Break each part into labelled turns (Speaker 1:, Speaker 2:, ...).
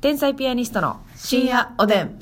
Speaker 1: 天才ピアニストの
Speaker 2: 深夜おでん。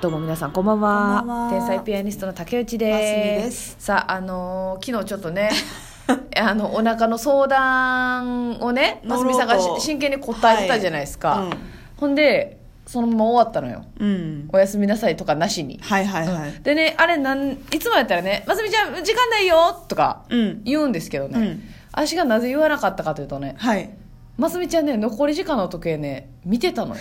Speaker 1: どうも皆さんこんばんは
Speaker 2: こんばんは
Speaker 1: 天才ピアニストの竹内です
Speaker 2: ますみです
Speaker 1: さああのー昨日ちょっと ねあのお腹の相談をねますみさんが
Speaker 2: 乗ろ
Speaker 1: し
Speaker 2: うと
Speaker 1: 真剣に答えてたじゃないですか、
Speaker 2: はいうん
Speaker 1: ほんでそのまま終わったのよ
Speaker 2: うん。
Speaker 1: おやすみなさいとかなしに
Speaker 2: はいはいはい。
Speaker 1: でねあれなんいつもやったらね「ますみちゃん時間ないよ」とか
Speaker 2: うん。
Speaker 1: 言うんですけどね、
Speaker 2: うん
Speaker 1: 私がなぜ言わなかったかというとね
Speaker 2: はい。
Speaker 1: ますみちゃんね残り時間の時計ね見てたのよ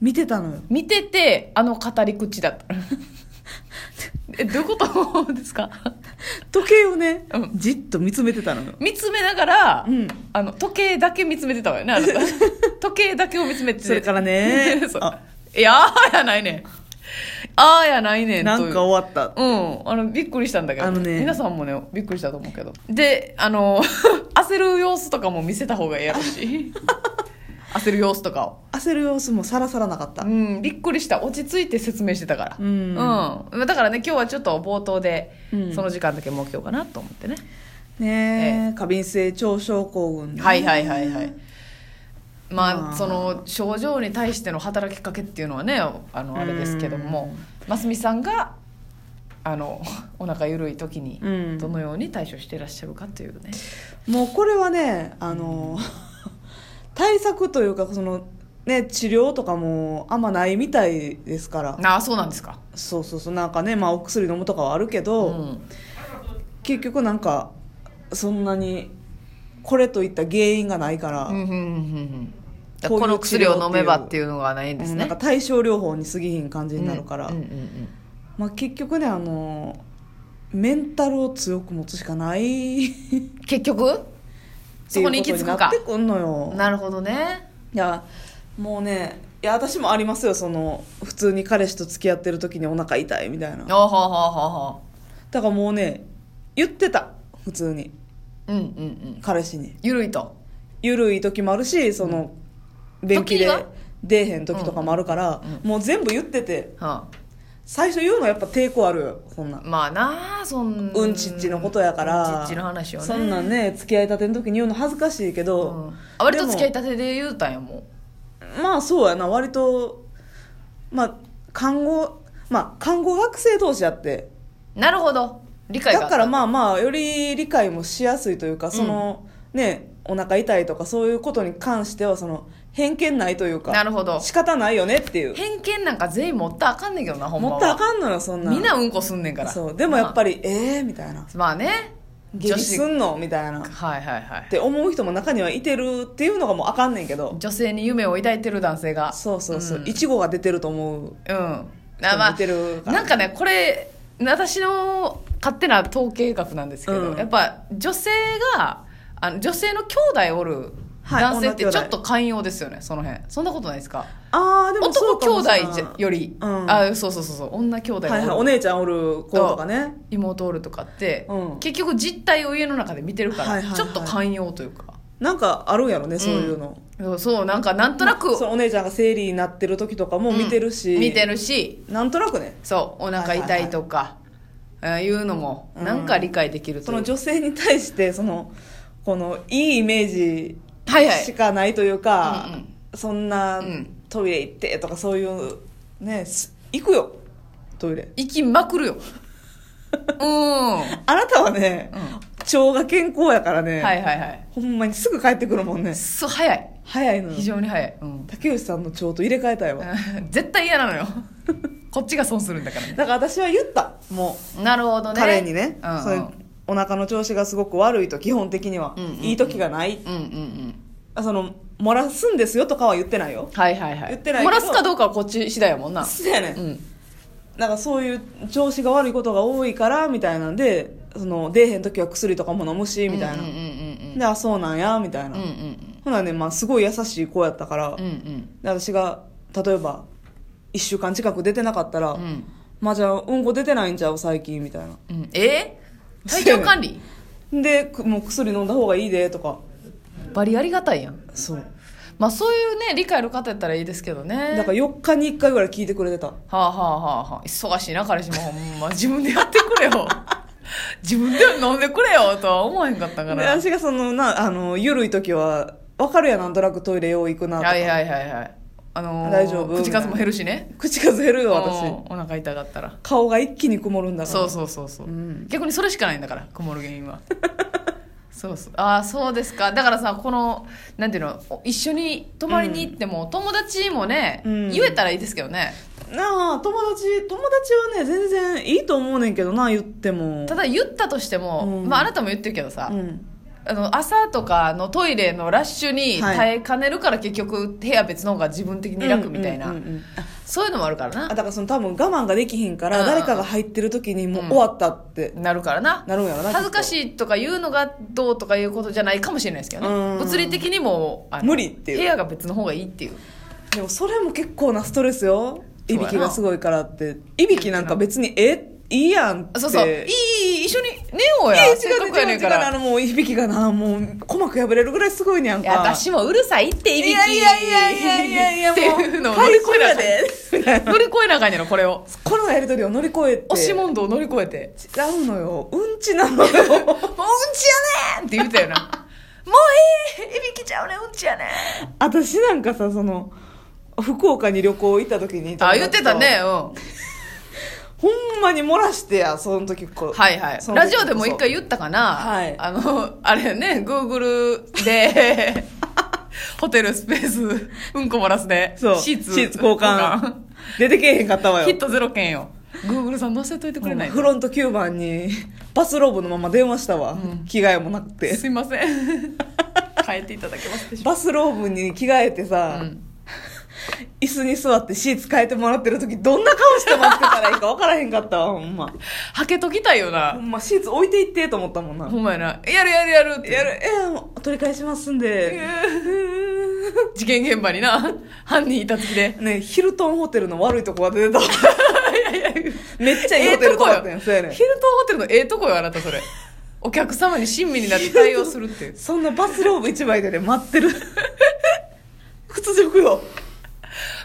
Speaker 2: 見てたのよ。
Speaker 1: 見ててあの語り口 だったえどういうことですか
Speaker 2: 時計をね
Speaker 1: うん、
Speaker 2: じっと見つめてたのよ。
Speaker 1: 見つめながら、
Speaker 2: うん
Speaker 1: あの時計だけ見つめてたわよねあの 時計だけを見つめて
Speaker 2: それからね
Speaker 1: そう
Speaker 2: あ
Speaker 1: いやあーやないねんあーやないねんと
Speaker 2: ない
Speaker 1: うん
Speaker 2: か終わった。
Speaker 1: うん、あのびっくりしたんだけど
Speaker 2: あのね
Speaker 1: 皆さんもねびっくりしたと思うけどであの 焦る様子とかも見せた方がええやろ し焦る様子とかを、
Speaker 2: 焦る様子もさらさらなかった
Speaker 1: う。ん、びっくりした落ち着いて説明してたから
Speaker 2: うん
Speaker 1: うんだからね今日はちょっと冒頭で、
Speaker 2: うん
Speaker 1: その時間だけ設けようかなと思ってね、
Speaker 2: ねえ、過敏性腸症候群ね。
Speaker 1: はいはいはいはいまあ
Speaker 2: まあ
Speaker 1: その症状に対しての働きかけっていうのはねあのあれですけどもますみさんがあのお腹ゆるい時に
Speaker 2: うん
Speaker 1: どのように対処していらっしゃるかというね、
Speaker 2: もうこれはね、あの、 対策というか、その、ね、治療とかもあんまないみたいですから。
Speaker 1: ああそうなんですか
Speaker 2: そうそうそう。なんかね、まあお薬飲むとかはあるけ
Speaker 1: う
Speaker 2: ど、
Speaker 1: ん
Speaker 2: 結局なんかそんなにこれといった原因がないから、
Speaker 1: うんうんうんうんだか
Speaker 2: こう
Speaker 1: ら
Speaker 2: い
Speaker 1: こ
Speaker 2: う
Speaker 1: の薬を飲めば
Speaker 2: 治
Speaker 1: っ
Speaker 2: 療ってて
Speaker 1: いうのがないんです
Speaker 2: うん
Speaker 1: ね
Speaker 2: なんか対症療法に過ぎひん感じになるから、
Speaker 1: うんうんうん
Speaker 2: まあ、結局ねあのメンタルを強く持つしかない
Speaker 1: うん結局 そこに行き着くか
Speaker 2: っていうことになってくんのよ
Speaker 1: なるほどね
Speaker 2: いやもうねいや私もありますよその普通に彼氏と付き合ってる時にお腹痛いみたいな
Speaker 1: あはははは
Speaker 2: だからもうね言ってた普通に
Speaker 1: うんうんうん
Speaker 2: 彼氏に
Speaker 1: ゆるいと
Speaker 2: ゆるい時もあるしその、便秘
Speaker 1: 時
Speaker 2: で
Speaker 1: は
Speaker 2: 出えへん時とかもあるから、もう全部言ってて
Speaker 1: はあ
Speaker 2: 最初言うのやっぱ抵抗あるよこんなん
Speaker 1: まあなあそん
Speaker 2: うんちっちのことやから
Speaker 1: うんちっちの話をね
Speaker 2: そんなんね付き合いたての時に言うの恥ずかしいけ
Speaker 1: う
Speaker 2: ど
Speaker 1: ん、あ割と
Speaker 2: でも
Speaker 1: 付き合いたてで言うたんやも
Speaker 2: まあそうやな割とまあ看護まあ看護学生同士やって
Speaker 1: うなるほど理解があ
Speaker 2: だ
Speaker 1: った
Speaker 2: からまあまあより理解もしやすいというかその、ねお腹痛いとかそういうことに関してはその偏見ないというか
Speaker 1: なるほど
Speaker 2: 仕方ないよねっていう
Speaker 1: 偏見なんか全員持ったらあかんねんけどなほんまは
Speaker 2: 持ったらあかんのよそんなん
Speaker 1: みんなうんこすんねんから
Speaker 2: そうでもやっぱ
Speaker 1: り
Speaker 2: りええー、みたいな
Speaker 1: まあね
Speaker 2: 下
Speaker 1: 女
Speaker 2: 痢
Speaker 1: 子
Speaker 2: す
Speaker 1: はい
Speaker 2: んのみたいなっ
Speaker 1: はいはい
Speaker 2: て思う人も中にはいてるっていうのがもうあかんねんけど
Speaker 1: 女性に夢を抱いてる男性が
Speaker 2: そうそうそう
Speaker 1: うん
Speaker 2: いちごが出てると思う
Speaker 1: うんあ
Speaker 2: 人
Speaker 1: ま
Speaker 2: もい
Speaker 1: あ
Speaker 2: てるから
Speaker 1: なんかねこれ私の勝手な統計学なんですけど、
Speaker 2: うん
Speaker 1: やっぱ女性があの女性の兄弟おる
Speaker 2: はい
Speaker 1: 男性って
Speaker 2: 女
Speaker 1: ち
Speaker 2: 兄
Speaker 1: ょ
Speaker 2: 弟
Speaker 1: っと寛容ですよねその辺そんなことないですか
Speaker 2: あーでもそ
Speaker 1: 男
Speaker 2: う
Speaker 1: 兄
Speaker 2: かもしれん
Speaker 1: 弟じゃより、
Speaker 2: うん
Speaker 1: あそうそうそうそう女兄弟おる
Speaker 2: はいはいお姉ちゃんおる子とかね
Speaker 1: 妹おるとかって、
Speaker 2: うん
Speaker 1: 結局実態を家の中で見てるから、
Speaker 2: はいはいはい
Speaker 1: ちょっと寛容というか
Speaker 2: なんかあるんやろねそういうの、
Speaker 1: そうそうなんかなんとなく、
Speaker 2: そのお姉ちゃんが生理になってる時とかも見てるし、
Speaker 1: 見てるし
Speaker 2: なんとなくね
Speaker 1: そうお腹痛いとか、いいうのも
Speaker 2: うん
Speaker 1: なんか理解できると
Speaker 2: そ
Speaker 1: いうか
Speaker 2: の女性に対してそのこのいいイメージ
Speaker 1: はいはい
Speaker 2: しかないというか、
Speaker 1: うんうん
Speaker 2: そんな、
Speaker 1: うん
Speaker 2: トイレ行ってとかそういうねす行くよトイレ
Speaker 1: 行きま くるようんは
Speaker 2: あなたはね、
Speaker 1: うん
Speaker 2: 腸が健康やからね、
Speaker 1: いはいはい
Speaker 2: ほんまにすぐ帰ってくるもんね
Speaker 1: そう早い
Speaker 2: 早いの
Speaker 1: 非
Speaker 2: よ
Speaker 1: 常に早い、うん、
Speaker 2: 竹内さんの腸と入れ替えたいわ、
Speaker 1: 絶対嫌なのよ こっちが損するんだからね
Speaker 2: だから私は言ったも
Speaker 1: なるほど
Speaker 2: う
Speaker 1: ね
Speaker 2: 彼にね、
Speaker 1: うんうん、
Speaker 2: そういうお腹の調子がすごく悪いと基本的には、
Speaker 1: うんうんうん
Speaker 2: いい時がない
Speaker 1: うんうんうん
Speaker 2: あその漏らすんですよとかは言ってないよ
Speaker 1: はいはいはい
Speaker 2: 言ってないけ
Speaker 1: 漏
Speaker 2: ど
Speaker 1: らすかどうかはこっち次第やもんな
Speaker 2: そうやねん
Speaker 1: うん
Speaker 2: なんかそういう調子が悪いことが多いからみたいなんでその出えへん時は薬とかも飲むしみたいな、
Speaker 1: うんうんうん
Speaker 2: であそうなんやみたいな、
Speaker 1: うんうん
Speaker 2: ほなね、まあ、すごい優しい子やったから、
Speaker 1: うんうんうん
Speaker 2: で私が例えば1週間近く出てなかったら「
Speaker 1: うん
Speaker 2: まあじゃあうんこ出てないんちゃう最近」みたいな
Speaker 1: うんえー体調管 理
Speaker 2: でくもう薬飲んだ方がいいでとか
Speaker 1: バリありがたいやん
Speaker 2: そう
Speaker 1: まあそういうね理解の方やったらいいですけどね
Speaker 2: だから4日に1回ぐらい聞いてくれてた
Speaker 1: はあはあはあはあ忙しいな彼氏もほんま自分でやってくれよ 自分で飲んでくれよとは思わへんかったか
Speaker 2: で
Speaker 1: ら。はい
Speaker 2: 私がそのなあの緩い時は分かるやなんとなくトイレよう行くなとか、
Speaker 1: はいはいはい。あのー
Speaker 2: 大丈夫
Speaker 1: 口数も減るしね。
Speaker 2: 口数減るよ私、
Speaker 1: うんお腹痛かったら。
Speaker 2: 顔が一気に曇るんだから
Speaker 1: そうそうそうそう。
Speaker 2: うん
Speaker 1: 逆にそれしかないんだから曇る原因は そうそうああそうですかだからさこのなんていうのお一緒に泊まりに行っても、友達もね、
Speaker 2: うん
Speaker 1: 言えたらいいですけどね
Speaker 2: なあ友達友達はね全然いいと思うねんけどな言っても
Speaker 1: ただ言ったとしても、
Speaker 2: うん
Speaker 1: まあ、あなたも言ってるけどさ、
Speaker 2: うん、
Speaker 1: あの朝とかのトイレのラッシュに
Speaker 2: はい
Speaker 1: 耐えかねるから、結局部屋別の方が自分的に楽みたいな、
Speaker 2: うんうんうんうんあ
Speaker 1: そういうのもあるから
Speaker 2: あだ
Speaker 1: な
Speaker 2: からその多分我慢ができひんか
Speaker 1: うん
Speaker 2: ら
Speaker 1: うん
Speaker 2: 誰かが入ってる時にもう
Speaker 1: うん
Speaker 2: 終わったって
Speaker 1: なるからな
Speaker 2: なるんやろな
Speaker 1: 恥ずかし
Speaker 2: い
Speaker 1: いとか言うのがどうとかいうことじゃないかもしれないですけど
Speaker 2: うん
Speaker 1: ね物理的にもあの
Speaker 2: 無理っていう
Speaker 1: 部屋が別の方がいいっていう
Speaker 2: でもそれも結構なストレスよ
Speaker 1: そう
Speaker 2: い
Speaker 1: やな
Speaker 2: びきがすごいからっていびきなんか別にえいいやんって
Speaker 1: そうそう。いい
Speaker 2: い
Speaker 1: いい、一緒に寝よう
Speaker 2: や
Speaker 1: や。
Speaker 2: 違う
Speaker 1: せっかくや
Speaker 2: 違
Speaker 1: ね
Speaker 2: うん違
Speaker 1: か
Speaker 2: うあ
Speaker 1: ら。
Speaker 2: のもういびきがなもう鼓膜破れるぐらいすごいねやん
Speaker 1: い
Speaker 2: か
Speaker 1: や、私もうるさいって、いびき。
Speaker 2: いやいやいやいやいやいや
Speaker 1: っていうのを乗り
Speaker 2: 最
Speaker 1: 越
Speaker 2: 高
Speaker 1: えなあ
Speaker 2: や
Speaker 1: かん
Speaker 2: で
Speaker 1: 乗り越えなあかんやろ、これを。
Speaker 2: このやりとりを乗り越えて
Speaker 1: 押し問答を乗り越えて。
Speaker 2: 違うのようんちなのよ
Speaker 1: もううんちやねんって言うた よな。もういいいびきちゃうねん、うんちやねん。
Speaker 2: 私なんかさその福岡に旅行行った時に
Speaker 1: あ、言ってたね。うん。
Speaker 2: ほんまに漏らしてやその時こう
Speaker 1: はいはい
Speaker 2: そ。の時
Speaker 1: ラジオでも一回言ったかな。
Speaker 2: はい
Speaker 1: あの、あれね、Google で、ホテルスペース、うんこ漏らすで、
Speaker 2: そう
Speaker 1: シーツ。
Speaker 2: 交換。出てけえへんかったわよ
Speaker 1: ヒットゼロ件よ。Google さん載せといてくれない
Speaker 2: フロント9番にバスローブのまま電話したわ、
Speaker 1: うん
Speaker 2: 着替えもなくて
Speaker 1: すいません 変えていただけますでしょ
Speaker 2: バスローブに着替えて
Speaker 1: うか、
Speaker 2: さ、
Speaker 1: うん
Speaker 2: 椅子に座ってシーツ変えてもらってる時どんな顔して待ってたらいいか分からへんかった わほんま
Speaker 1: はけときたいよ
Speaker 2: ほ
Speaker 1: なん
Speaker 2: まシーツ置いていってと思ったもんな
Speaker 1: ほんまやなやるやるやるって
Speaker 2: やるええもう取り返しますん
Speaker 1: う
Speaker 2: で
Speaker 1: ー 事件現場にな犯人いたつきで
Speaker 2: ねヒルトンホテルの悪いとこが出てた めっちゃいい
Speaker 1: ええ
Speaker 2: ホテ
Speaker 1: と
Speaker 2: ル
Speaker 1: こ
Speaker 2: と
Speaker 1: よ
Speaker 2: か
Speaker 1: ヒル
Speaker 2: そう
Speaker 1: トン
Speaker 2: やね
Speaker 1: ホ
Speaker 2: ん
Speaker 1: テルのええとこよあなたそ れお客様に親身になって対応するっていう
Speaker 2: そんなバスローブ一枚でね待ってる 屈辱よ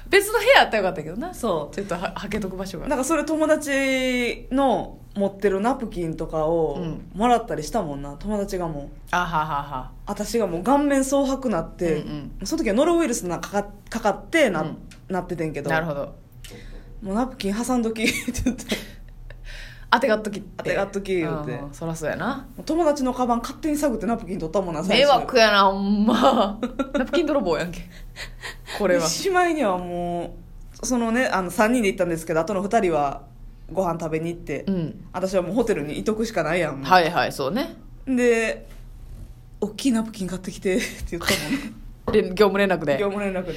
Speaker 1: 別の部屋あったらよかったけどな
Speaker 2: そ
Speaker 1: ちょっとははけとく場所
Speaker 2: な
Speaker 1: が
Speaker 2: んかそれ友達の持ってるナプキンとかを
Speaker 1: うん
Speaker 2: もらったりしたもんな友達がもう
Speaker 1: あはは
Speaker 2: 私がもう顔面蒼白なって、
Speaker 1: うん
Speaker 2: その時はノロウイルスなんかかかかかってな,、
Speaker 1: うん
Speaker 2: なっててんけ
Speaker 1: は
Speaker 2: ど
Speaker 1: なるほど
Speaker 2: もうナプキン挟んどきって言って
Speaker 1: 当てがっときって
Speaker 2: 当てがっとき言うて
Speaker 1: んそらそうやな
Speaker 2: もう友達のカバン勝手に探ってナプキン取ったもんな最
Speaker 1: 迷
Speaker 2: 初
Speaker 1: 惑やなほん まナプキン泥棒やんけこれは
Speaker 2: でしまいにはもうそのねあの3人で行ったんですけどあとの2人はご飯食べに行って、
Speaker 1: うん
Speaker 2: 私はもうホテルにいとくしかないやんもう
Speaker 1: はいはいそうね
Speaker 2: で大きいナプキン買ってきてって言った もんね
Speaker 1: で業務連絡で
Speaker 2: 業務連絡で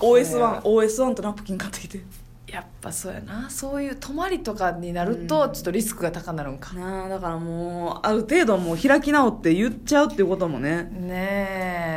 Speaker 1: これは
Speaker 2: OS1OS1 OS1 とナプキン買ってきて
Speaker 1: やっぱそうやなそういう泊まりとかになるとちょっとリスクが高なるんか、
Speaker 2: なあだからもうある程度もう開き直って言っちゃうっていうこともね
Speaker 1: ね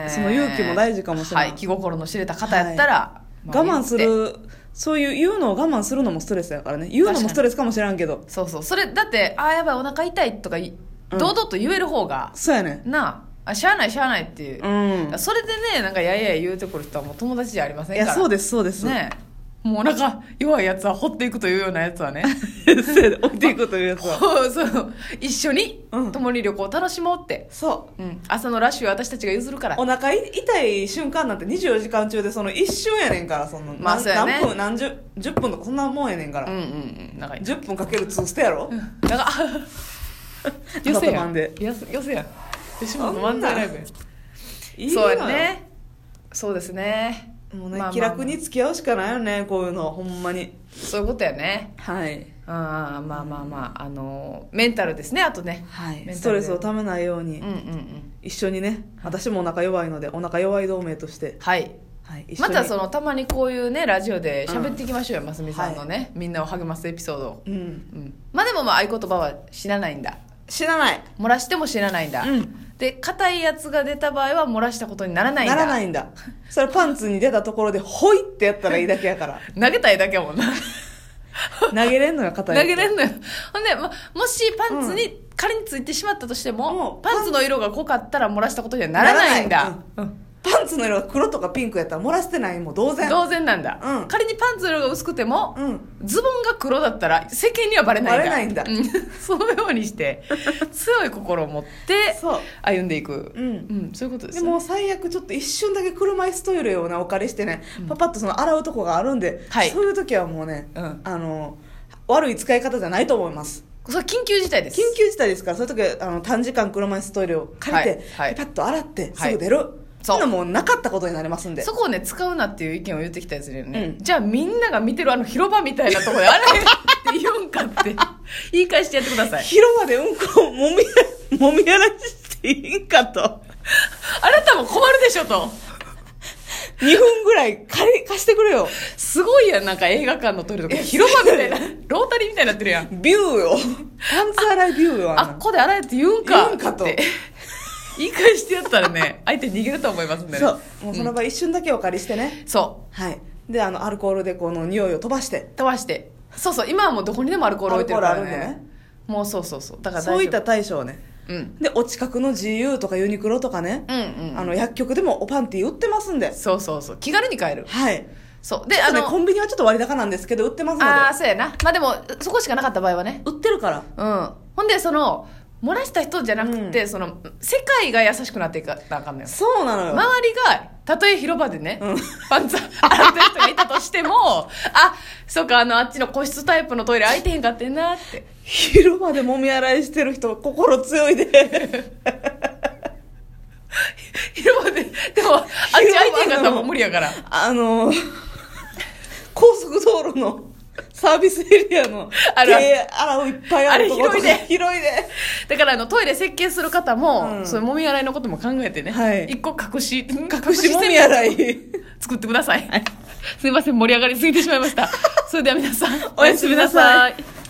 Speaker 1: え
Speaker 2: その勇気も大事かもしれない
Speaker 1: はい、気心の知れた方やったら、まあ
Speaker 2: 我慢す
Speaker 1: 言って
Speaker 2: るそういう言うのを我慢するのもストレスやからね言うの
Speaker 1: 確か
Speaker 2: も
Speaker 1: に
Speaker 2: ストレスかもしれんけど
Speaker 1: そうそうそれだってああやばいお腹痛いとかい
Speaker 2: うん
Speaker 1: 堂々と言える方が、
Speaker 2: そうやね
Speaker 1: なああしゃあないしゃあないっていう
Speaker 2: う、ん
Speaker 1: それでねなんかやいやい言うてくる人はもう友達じゃありません
Speaker 2: い
Speaker 1: から
Speaker 2: やそう
Speaker 1: で
Speaker 2: ですそうです、
Speaker 1: ねえもうお腹弱いやつは掘っていくというようなやつはね
Speaker 2: そうやで置いていくというやつは
Speaker 1: そうそう一緒に
Speaker 2: うん
Speaker 1: 共に旅行を楽しもうって
Speaker 2: そう
Speaker 1: うん、朝のラッシュは私たちが譲るから
Speaker 2: お腹い痛い瞬間なんて24時間中でその一瞬やねんからその、
Speaker 1: まあ
Speaker 2: なん
Speaker 1: そうやね
Speaker 2: 何分何十10分とかそんなもんやねんか
Speaker 1: う
Speaker 2: ら、
Speaker 1: んうんうん長い
Speaker 2: 10分かける2捨てやろ、
Speaker 1: 長っ 寄せや
Speaker 2: ま
Speaker 1: ん
Speaker 2: んで
Speaker 1: 寄せ寄せやん吉本
Speaker 2: そ
Speaker 1: 漫
Speaker 2: んな
Speaker 1: 才ライブや
Speaker 2: いい
Speaker 1: そう
Speaker 2: の
Speaker 1: や
Speaker 2: よ
Speaker 1: ねそうですね
Speaker 2: もうね、
Speaker 1: まあまあまあ
Speaker 2: 気楽に付き合うしかないよねこういうのはほんまに
Speaker 1: そういうことやね
Speaker 2: はい
Speaker 1: ああまあまあまああのメンタルですねあとね
Speaker 2: は
Speaker 1: メンタルで
Speaker 2: いストレスをためないように、
Speaker 1: うんうんうん
Speaker 2: 一緒にね私もお腹弱いのでお腹弱い同盟として、
Speaker 1: はい
Speaker 2: はい、一緒
Speaker 1: ま
Speaker 2: に
Speaker 1: たそのたまにこういうねラジオで喋っていきましょうよ、ますみさんのね、みんなを励ますエピソードを、
Speaker 2: うん
Speaker 1: うん、まあでもまあ合言葉は知らないんだ
Speaker 2: 知らない
Speaker 1: 漏らしても知らないんだ、
Speaker 2: うん
Speaker 1: で硬いやつが出た場合は漏らしたことにならないん
Speaker 2: な
Speaker 1: だ
Speaker 2: らないんだそれパンツに出たところでホイってやったらいいだけやから
Speaker 1: 投げたいだけやもんな
Speaker 2: 投げれんのが
Speaker 1: 投
Speaker 2: 硬いやつ
Speaker 1: げれんのよほんで、ま、もしパンツに仮についてしまったとしても、
Speaker 2: うん
Speaker 1: パンツの色が濃かったら漏らしたことにはならないんだ
Speaker 2: ならないうんパンツの色が黒とかピンクやったら漏らしてないも同然
Speaker 1: 当然なんだ、
Speaker 2: うん
Speaker 1: 仮にパンツの色が薄くても、
Speaker 2: うん
Speaker 1: ズボンが黒だったら世間にはバレない
Speaker 2: バレないんだ
Speaker 1: う そのようにして強い心を持って
Speaker 2: そう
Speaker 1: 歩んでいく
Speaker 2: うん
Speaker 1: うんそういうことですよ
Speaker 2: で
Speaker 1: ね
Speaker 2: も最悪ちょっと一瞬だけ車椅子トイレをねお借りしてね、パパッとその洗うとこがあるんで、
Speaker 1: はい
Speaker 2: そういう時はもうね、
Speaker 1: うん
Speaker 2: あの悪い使い方じゃないと思います
Speaker 1: それ緊急事態です
Speaker 2: 緊急事態ですからそういう時はあの短時間車椅子トイレを借りて、
Speaker 1: はいはい
Speaker 2: パッと洗って
Speaker 1: は
Speaker 2: す
Speaker 1: い
Speaker 2: ぐ出る、
Speaker 1: そう
Speaker 2: そんなもうなかったことになりますんで
Speaker 1: そこをね使うなっていう意見を言ってきたやつでね、
Speaker 2: うん
Speaker 1: じゃあみんなが見てるあの広場みたいなところであれ って言うんかって言い返してやってください
Speaker 2: 広場でうんこをもみもみ洗いしていいんか と
Speaker 1: あなたも困るでしょと
Speaker 2: 2分ぐらい借り貸してくれよ
Speaker 1: すごいやんなんか映画館のトイレとか広場みたいなロータリーみたいになってるやん
Speaker 2: ビューよパンツ洗いビューよ
Speaker 1: あ
Speaker 2: んな
Speaker 1: っこで洗えって言うんか
Speaker 2: 言うんかと
Speaker 1: って言い返してやったらね相手逃げると思いますんでね
Speaker 2: そうもうその場一瞬だけお借りしてね、
Speaker 1: そ
Speaker 2: はい、であのアルコールでこの匂いを飛ばして
Speaker 1: う飛ばしてそうそう今はもうどこにでもアルコール置いてるから
Speaker 2: アルコールあるん
Speaker 1: ね
Speaker 2: でね
Speaker 1: もうそうそうそうだから
Speaker 2: そういった
Speaker 1: 大丈
Speaker 2: 対処をね
Speaker 1: 夫うん
Speaker 2: でお近くの GU とかユニクロとかね、
Speaker 1: うんうん
Speaker 2: あの薬局でもおパンティ売ってますんで
Speaker 1: そうそうそう気軽に買える
Speaker 2: はい
Speaker 1: そうで
Speaker 2: あ
Speaker 1: あ
Speaker 2: の、
Speaker 1: の
Speaker 2: ね、コンビニはちょっと割高なんですけど売ってますの
Speaker 1: ああ
Speaker 2: で
Speaker 1: そうやなまあでもそこしかなかった場合はね
Speaker 2: 売ってるから
Speaker 1: うんほんでその漏らした人じゃなくて、
Speaker 2: う
Speaker 1: その世界が優しくなっていかなあかんのよ
Speaker 2: そうなのよ、
Speaker 1: 周りがたとえ広場でね、
Speaker 2: うん
Speaker 1: パンツ 洗ってる人がいたとしてもあそうかあのあっちの個室タイプのトイレ空いてへんかってんなって
Speaker 2: 昼までもみ洗いしてる人心強いで
Speaker 1: 広場ででもあっち空いてへんかったらもう無理やから
Speaker 2: あの高速道路のサービスエリアの
Speaker 1: あるある
Speaker 2: 手洗ういっぱいあるところと
Speaker 1: あ
Speaker 2: か
Speaker 1: れ広
Speaker 2: 広いで
Speaker 1: だからあのトイレ設計する方も、
Speaker 2: うん
Speaker 1: そういうもみ洗いのことも考えてね、
Speaker 2: はい
Speaker 1: 一個隠し
Speaker 2: 隠しもみ洗い
Speaker 1: 作ってください、すいません盛り上がりすぎてしまいましたそれでは皆さん
Speaker 2: おやすみなさ
Speaker 1: おや
Speaker 2: い
Speaker 1: すみなさい